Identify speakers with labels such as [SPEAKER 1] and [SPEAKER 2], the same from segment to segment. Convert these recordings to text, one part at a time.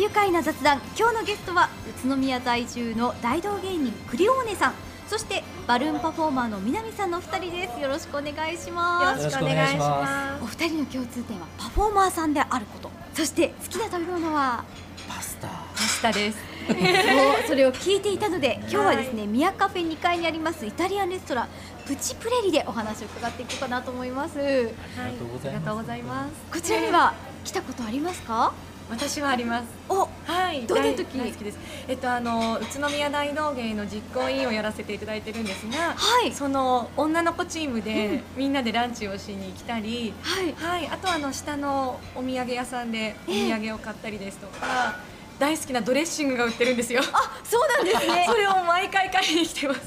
[SPEAKER 1] 愉快な雑談今日のゲストは宇都宮在住の大道芸人クリオーネさんそしてバルーンパフォーマーの南さんのお二人ですよろしくお願いします
[SPEAKER 2] よろしくお願いしま
[SPEAKER 1] お二人の共通点はパフォーマーさんであることそして好きな食べ物は
[SPEAKER 2] パスタ
[SPEAKER 3] パスタです。
[SPEAKER 1] そうそれを聞いていたので今日はですね、ミヤカフェ2階にありますイタリアンレストランプチプレリでお話を伺っていこうかなと思います
[SPEAKER 2] ありがとうございます
[SPEAKER 3] ありがとうございます。
[SPEAKER 1] こちらには来たことありますか
[SPEAKER 3] 私はあります。
[SPEAKER 1] お
[SPEAKER 3] はい。
[SPEAKER 1] どういう
[SPEAKER 3] 大
[SPEAKER 1] 時
[SPEAKER 3] 大好きです。えっとあの宇都宮大道芸の実行委員をやらせていただいてるんですが、
[SPEAKER 1] はい
[SPEAKER 3] その女の子チームでみんなでランチをしに来たり、
[SPEAKER 1] はい
[SPEAKER 3] はい。あとあの下のお土産屋さんでお土産を買ったりですとか、大好きなドレッシングが売ってるんですよ。
[SPEAKER 1] そうなんですね
[SPEAKER 3] それを毎回買いに来てます。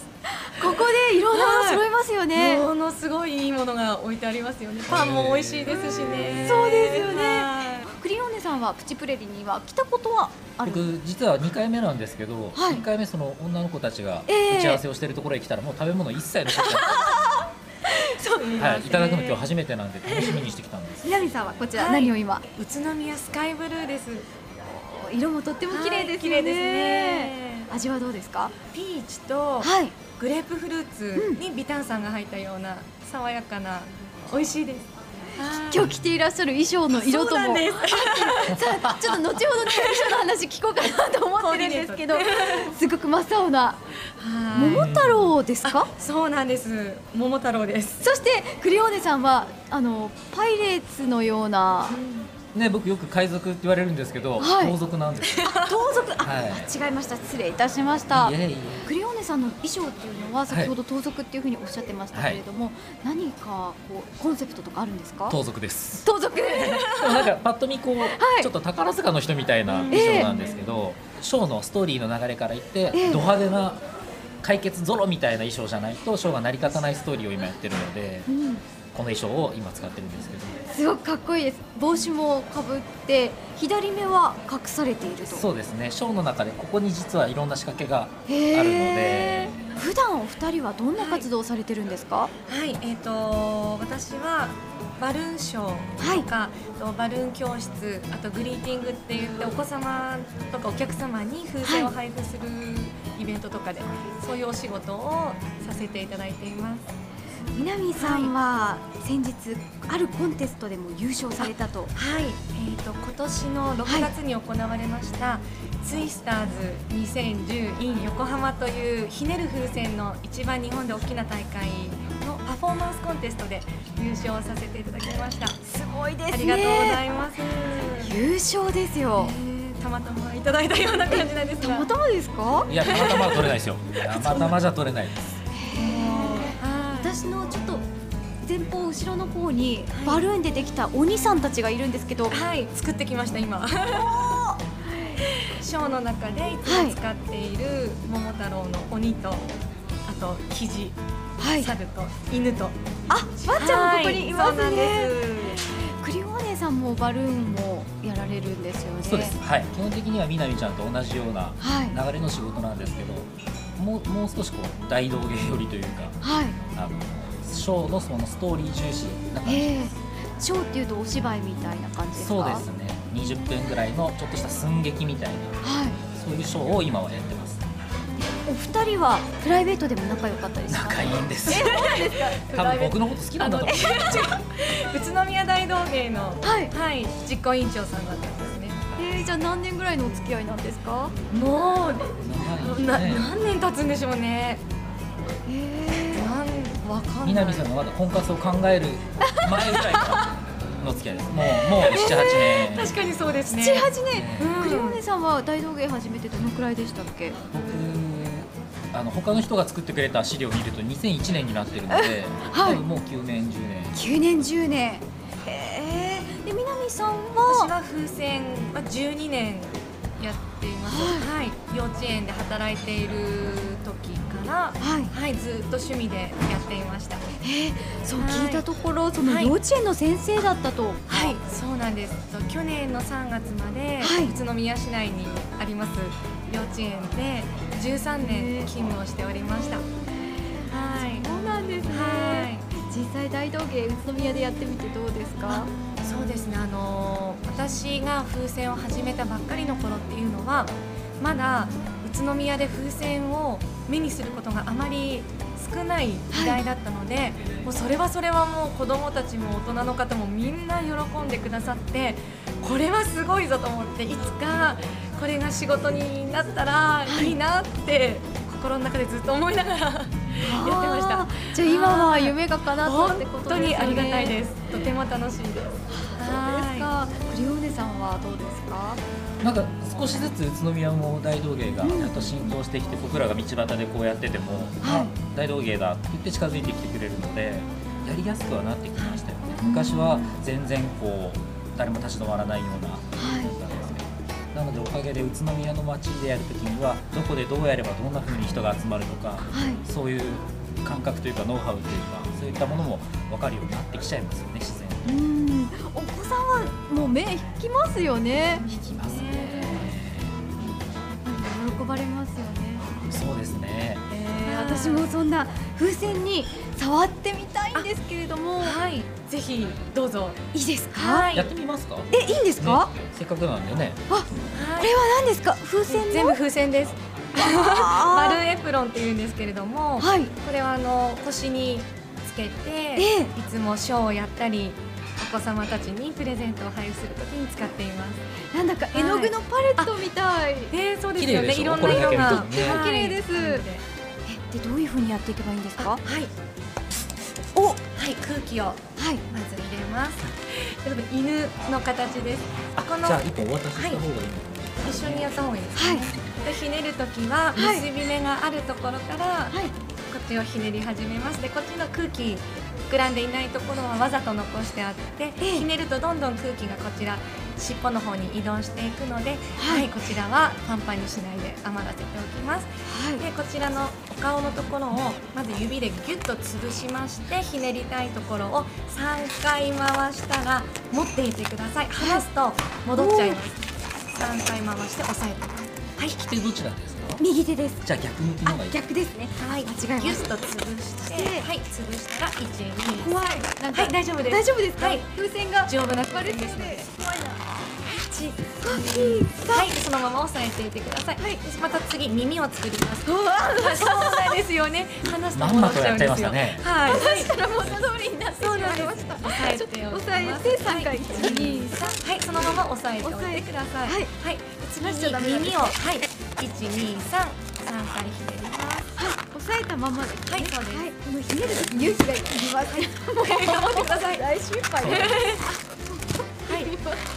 [SPEAKER 1] ここでいろんなもの揃いますよね、
[SPEAKER 3] ものすごいいいものが置いてありますよね。パンも美味しいですしね。
[SPEAKER 1] そうですよね
[SPEAKER 3] はい
[SPEAKER 1] クリオーネさんはプチプレリには来たことはある
[SPEAKER 2] 僕実は2回目なんですけど、
[SPEAKER 1] はい
[SPEAKER 2] 2回目その女の子たちが
[SPEAKER 1] ええ
[SPEAKER 2] 打ち合わせをしてるところへ来たらもう食べ物一切残って
[SPEAKER 3] そうですね
[SPEAKER 2] ない、はい、いただくの今日初めてなんで楽しみにしてきたんです
[SPEAKER 1] 南さんはこちら、
[SPEAKER 3] はい
[SPEAKER 1] 何を今
[SPEAKER 3] 宇都宮スカイブルーです。
[SPEAKER 1] 色もとっても綺麗ですよね,、
[SPEAKER 3] はい綺麗ですね
[SPEAKER 1] 味はどうですか
[SPEAKER 3] ピーチと
[SPEAKER 1] はい
[SPEAKER 3] グレープフルーツにビタン酸が入ったような爽やかな美味しいです。はい
[SPEAKER 1] 今日着ていらっしゃる衣装の色と
[SPEAKER 3] そうな
[SPEAKER 1] も
[SPEAKER 3] んです。
[SPEAKER 1] さあちょっと後ほどね衣装の話聞こうかなと思ってるんですけどすごく真っ青な
[SPEAKER 3] はい
[SPEAKER 1] 桃太郎ですか
[SPEAKER 3] そうなんです。桃太郎です。
[SPEAKER 1] そしてクリオーネさんはあのパイレーツのよう な
[SPEAKER 2] ね僕よく海賊って言われるんですけど、
[SPEAKER 1] はい
[SPEAKER 2] 盗賊なんですよ
[SPEAKER 1] 盗賊あ、
[SPEAKER 2] はい
[SPEAKER 1] 間違えました失礼いたしました
[SPEAKER 2] いえいえ
[SPEAKER 1] クリオーネさんの衣装っていうのは先ほど盗賊っていうふうにおっしゃってましたけれども、何かこうコンセプトとかあるんですか
[SPEAKER 2] 盗賊です
[SPEAKER 1] 盗賊
[SPEAKER 2] でもなんかパッと見こう、
[SPEAKER 1] い
[SPEAKER 2] ちょっと宝塚の人みたいな衣装なんですけど、ショーのストーリーの流れから言っ
[SPEAKER 1] え
[SPEAKER 2] て、
[SPEAKER 1] え
[SPEAKER 2] ド派手な解決ゾロみたいな衣装じゃないとショーが成り立たないストーリーを今やってるので、
[SPEAKER 1] うん
[SPEAKER 2] この衣装を今使ってるんですけど
[SPEAKER 1] すごくかっこいいです帽子もかぶって左目は隠されていると
[SPEAKER 2] そうですねショーの中でここに実はいろんな仕掛けがあるの
[SPEAKER 1] へ
[SPEAKER 2] で
[SPEAKER 1] ー普段お二人はどんな活動をされてるんですか、
[SPEAKER 3] はい、えっ、と私はバルーンショーとか、とバルーン教室、あとグリーティングって言ってお子様とかお客様に風船を
[SPEAKER 1] は
[SPEAKER 3] 配布するイベントとかで、そういうお仕事をさせていただいています。
[SPEAKER 1] 南さんは先日あるコンテストでも優勝されたと
[SPEAKER 3] はい、えっ、と今年の6月に行われました、ツイスターズ2010 in 横浜というひねる風船の一番日本で大きな大会のパフォーマンスコンテストで優勝させていただきました。
[SPEAKER 1] すごいで
[SPEAKER 3] ありがとうございます。
[SPEAKER 1] 優勝ですよ
[SPEAKER 3] たまたまいただいたような感じなんです
[SPEAKER 1] た
[SPEAKER 3] が。
[SPEAKER 1] またまですか
[SPEAKER 2] いやたまたまは取れないですよたまたまじゃ取れないです
[SPEAKER 3] はい
[SPEAKER 1] 私のちょっと前方後ろの方にバルーンでできた鬼さんたちがいるんですけど、
[SPEAKER 3] はい、作ってきました今。ショーの中でいつも使っている桃太郎の鬼と、あとキジ、
[SPEAKER 1] はい
[SPEAKER 3] 猿と犬と。
[SPEAKER 1] あわっちゃんもここにいますね、
[SPEAKER 3] はいそうなんです。
[SPEAKER 1] クリオーネさんもバルーンもやられるんですよね
[SPEAKER 2] そうです、はい基本的にはみなみちゃんと同じような
[SPEAKER 1] はい
[SPEAKER 2] 流れの仕事なんですけどもうもう少しこう大道芸寄りというか
[SPEAKER 1] はい
[SPEAKER 2] あのショーのそのストーリー重視な感じ
[SPEAKER 1] ええショーっていうとお芝居みたいな感じですか
[SPEAKER 2] そうですね20分ぐらいのちょっとした寸劇みたいな
[SPEAKER 1] はい
[SPEAKER 2] そういうショーを今はやってます
[SPEAKER 1] お二人はプライベートでも仲良かったりした
[SPEAKER 2] 仲いいんですよ
[SPEAKER 3] プ
[SPEAKER 2] 多
[SPEAKER 3] ライ
[SPEAKER 2] 分
[SPEAKER 3] ベート
[SPEAKER 2] 僕のこと好きなんだと思う
[SPEAKER 3] 宇都宮大道芸の、
[SPEAKER 1] はい、
[SPEAKER 3] はい、実行委員長さんだったんですね。
[SPEAKER 1] えー、じゃあ何年ぐらいのお付き合いなんですか
[SPEAKER 3] もう、
[SPEAKER 2] 長い
[SPEAKER 3] な
[SPEAKER 2] ね
[SPEAKER 3] 何年経つんでしょうね。
[SPEAKER 1] え
[SPEAKER 3] なんわかんない。
[SPEAKER 2] 南さんがまだ婚活を考える前ぐらいからの付き合いですもうもう78年
[SPEAKER 3] 確かにそうですね。
[SPEAKER 1] ー、78年、
[SPEAKER 3] うん
[SPEAKER 1] クリオネさんは大道芸始めてどのくらいでしたっけ
[SPEAKER 2] 僕あの他の人が作ってくれた資料を見ると2001年になってるので、
[SPEAKER 1] はい
[SPEAKER 2] 多分もう9年10年
[SPEAKER 1] 9年10年えー、で南さん
[SPEAKER 3] 私
[SPEAKER 1] は
[SPEAKER 3] は風船は12年やっています、はい幼稚園で働いている時から、
[SPEAKER 1] はい
[SPEAKER 3] はい、ずっと趣味でやっていましたは
[SPEAKER 1] えー、そう
[SPEAKER 3] はい
[SPEAKER 1] 聞いたところ、その
[SPEAKER 3] はい
[SPEAKER 1] 幼稚園の先生だったと、
[SPEAKER 3] いそうなんですと去年の3月まで、
[SPEAKER 1] はい
[SPEAKER 3] 宇都宮市内にあります幼稚園で
[SPEAKER 1] へ
[SPEAKER 3] 13
[SPEAKER 1] ー
[SPEAKER 3] 年勤務をしておりましたはい
[SPEAKER 1] そうなんですね、
[SPEAKER 3] はい
[SPEAKER 1] 実際大道芸宇都宮でやってみてどうですか
[SPEAKER 3] あそうですねあの私が風船を始めたばっかりの頃っていうのはまだ宇都宮で風船を目にすることがあまり少ない時代だったので、もうそれはそれはもう子どもたちも大人の方もみんな喜んでくださってこれはすごいぞと思っていつかこれが仕事になったらいいなって心の中でずっと思いながらやってました
[SPEAKER 1] あ。ーじゃあ今は夢が叶ったってことですねす
[SPEAKER 3] す。とても楽しい
[SPEAKER 1] そ
[SPEAKER 3] です。
[SPEAKER 1] うですかクリオネさんはどうですか
[SPEAKER 2] なんか少しずつ宇都宮も大道芸が
[SPEAKER 1] うん
[SPEAKER 2] やっと浸透してきて、僕らが道端でこうやってても、
[SPEAKER 1] はい
[SPEAKER 2] あ大道芸だって言って近づいてきてくれるのでやりやすくはなってきましたよね昔は全然こう誰も立ち止まらないような
[SPEAKER 1] はい
[SPEAKER 2] だったんですねなのでおかげで宇都宮の街でやるときにはどこでどうやればどんな風に人が集まるとか
[SPEAKER 1] はい
[SPEAKER 2] そういう感覚というかノウハウというかそういったものも分かるようになってきちゃいますよね自然に
[SPEAKER 1] うんお子さんはもう目引きますよね
[SPEAKER 2] 引きますね
[SPEAKER 1] なんか喜ばれますよね
[SPEAKER 2] そうですね
[SPEAKER 1] えー私もそんな風船に触ってみたいんですけれども
[SPEAKER 3] はい、ぜひどうぞ。
[SPEAKER 1] いいですか、
[SPEAKER 2] やってみますか
[SPEAKER 1] えいいんですか、
[SPEAKER 2] ねせっかくなんでね
[SPEAKER 1] これは何ですか風船の
[SPEAKER 3] 全部風船です。
[SPEAKER 1] あ
[SPEAKER 3] 丸エプロンって言うんですけれど
[SPEAKER 1] ー
[SPEAKER 3] も、
[SPEAKER 1] はい
[SPEAKER 3] これはあの腰につけて、い
[SPEAKER 1] ええ
[SPEAKER 3] つもショーをやったり、お子様たちにプレゼントを配布するときに使っています。
[SPEAKER 1] なんだか
[SPEAKER 3] い
[SPEAKER 1] 絵の具のパレットみたい、
[SPEAKER 3] えそうです
[SPEAKER 2] 綺
[SPEAKER 3] よ
[SPEAKER 2] 麗で
[SPEAKER 3] ね。
[SPEAKER 2] しょ
[SPEAKER 3] いろんな色
[SPEAKER 2] これだけ
[SPEAKER 3] が
[SPEAKER 2] 見てもね
[SPEAKER 3] はい
[SPEAKER 1] 綺麗です
[SPEAKER 3] なので
[SPEAKER 1] えでどういう風にやっていけばいいんです
[SPEAKER 3] あは
[SPEAKER 1] か
[SPEAKER 3] い、
[SPEAKER 1] おは
[SPEAKER 3] はい、空気を
[SPEAKER 1] い
[SPEAKER 3] まず入れます。例えば犬の形です。この
[SPEAKER 2] じゃあ一本お渡しした方がいいのか
[SPEAKER 3] 一緒にやった方がいいです
[SPEAKER 1] はい
[SPEAKER 3] ね。でひねるときは
[SPEAKER 1] はい
[SPEAKER 3] 結び目があるところから、
[SPEAKER 1] はい
[SPEAKER 3] こっちをひねり始めますでこっちの空気膨らんでいないところはわざと残してあって、ひねるとどんどん空気がこちら尻尾の方に移動していくので、はい、こちらはパンパンにしないで余らせておきます
[SPEAKER 1] はい
[SPEAKER 3] でこちらのお顔のところをまず指でギュッと潰しましてひねりたいところを3回回したら持っていてください離すと戻っちゃいます3回回して押さえて
[SPEAKER 2] な利き手どちらですか
[SPEAKER 1] 右手です
[SPEAKER 2] じゃあ逆向きの方がいい
[SPEAKER 1] 逆ですね
[SPEAKER 3] はい、
[SPEAKER 1] 間違えました
[SPEAKER 3] ギュッと潰して、はい、潰したら一二。
[SPEAKER 1] 怖いなんか、
[SPEAKER 3] はい、大丈夫です。
[SPEAKER 1] 大丈夫ですか、
[SPEAKER 3] はい
[SPEAKER 1] 風船が
[SPEAKER 3] 丈夫な
[SPEAKER 1] 割
[SPEAKER 3] 割
[SPEAKER 1] れ
[SPEAKER 3] れ
[SPEAKER 1] て
[SPEAKER 3] て
[SPEAKER 1] て
[SPEAKER 3] るので。
[SPEAKER 1] 怖いな
[SPEAKER 3] 八。
[SPEAKER 1] 1 2 3
[SPEAKER 3] はい、そのまま押さえていてください。はい、また次耳を作ります。
[SPEAKER 1] うわ
[SPEAKER 3] はいそうなんですよね。話すと
[SPEAKER 2] まん
[SPEAKER 3] 戻
[SPEAKER 2] ま
[SPEAKER 3] っ
[SPEAKER 2] と
[SPEAKER 3] ちゃ
[SPEAKER 2] や
[SPEAKER 3] うん
[SPEAKER 2] っ
[SPEAKER 3] で
[SPEAKER 2] ちゃいますし
[SPEAKER 3] よ。
[SPEAKER 2] たね
[SPEAKER 3] はい、
[SPEAKER 1] だから元通りになってし
[SPEAKER 3] そ
[SPEAKER 1] ま
[SPEAKER 3] う
[SPEAKER 1] い
[SPEAKER 3] な
[SPEAKER 1] まし
[SPEAKER 3] んです。押さえておきます。
[SPEAKER 1] 押さえて三回
[SPEAKER 3] 一二三。はい、そのまま押さえておいてください。
[SPEAKER 1] はい、
[SPEAKER 3] は
[SPEAKER 1] 離し
[SPEAKER 3] い、
[SPEAKER 1] ちゃ
[SPEAKER 3] 次
[SPEAKER 1] ダメなんです
[SPEAKER 3] 耳をはい、一二三三回ひねります。
[SPEAKER 1] たはい押さえたままですね
[SPEAKER 3] はいそうです
[SPEAKER 1] はい、このひねる時勇気がいります、はい、もう
[SPEAKER 3] 頑張ってください
[SPEAKER 1] 大失敗
[SPEAKER 2] そう
[SPEAKER 1] はい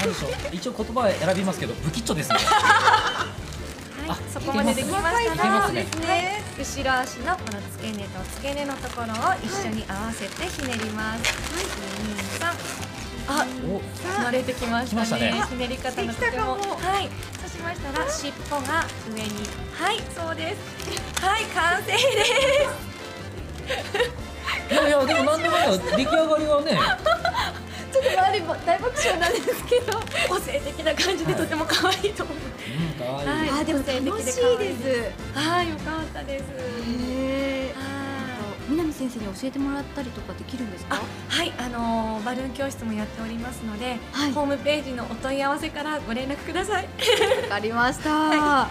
[SPEAKER 2] 何でしょう一応言葉は選びますけど不吉祥ですね
[SPEAKER 3] は
[SPEAKER 2] あ
[SPEAKER 3] い、そこまでできました
[SPEAKER 2] いけ
[SPEAKER 3] ら、
[SPEAKER 2] ますね
[SPEAKER 3] はい、後ろ足のこの付け根と付け根のところを一緒に合わせてひねります。はい、二、
[SPEAKER 2] お
[SPEAKER 3] 三。あ、慣れてきましたね。
[SPEAKER 2] 来ましたね
[SPEAKER 3] ひねり方のとて
[SPEAKER 1] できたかも
[SPEAKER 3] も。はい、そうしましたら、尻尾が上に。はい、そうです。はい、完成です。
[SPEAKER 2] いやいやでもなんでもない出来上がりはね
[SPEAKER 1] ちょっと周りも大爆笑なんですけど
[SPEAKER 3] 個性的な感じでとても可愛いと思う。
[SPEAKER 2] うんかわいい、
[SPEAKER 3] はい
[SPEAKER 1] あーでも楽しいです
[SPEAKER 3] はい、よかったです。
[SPEAKER 1] へ
[SPEAKER 3] はい。
[SPEAKER 1] 南先生に教えてもらったりとかできるんですか
[SPEAKER 3] あはい、あのーバルーン教室もやっておりますので、
[SPEAKER 1] はい
[SPEAKER 3] ホームページのお問い合わせからご連絡ください。
[SPEAKER 1] わかりました、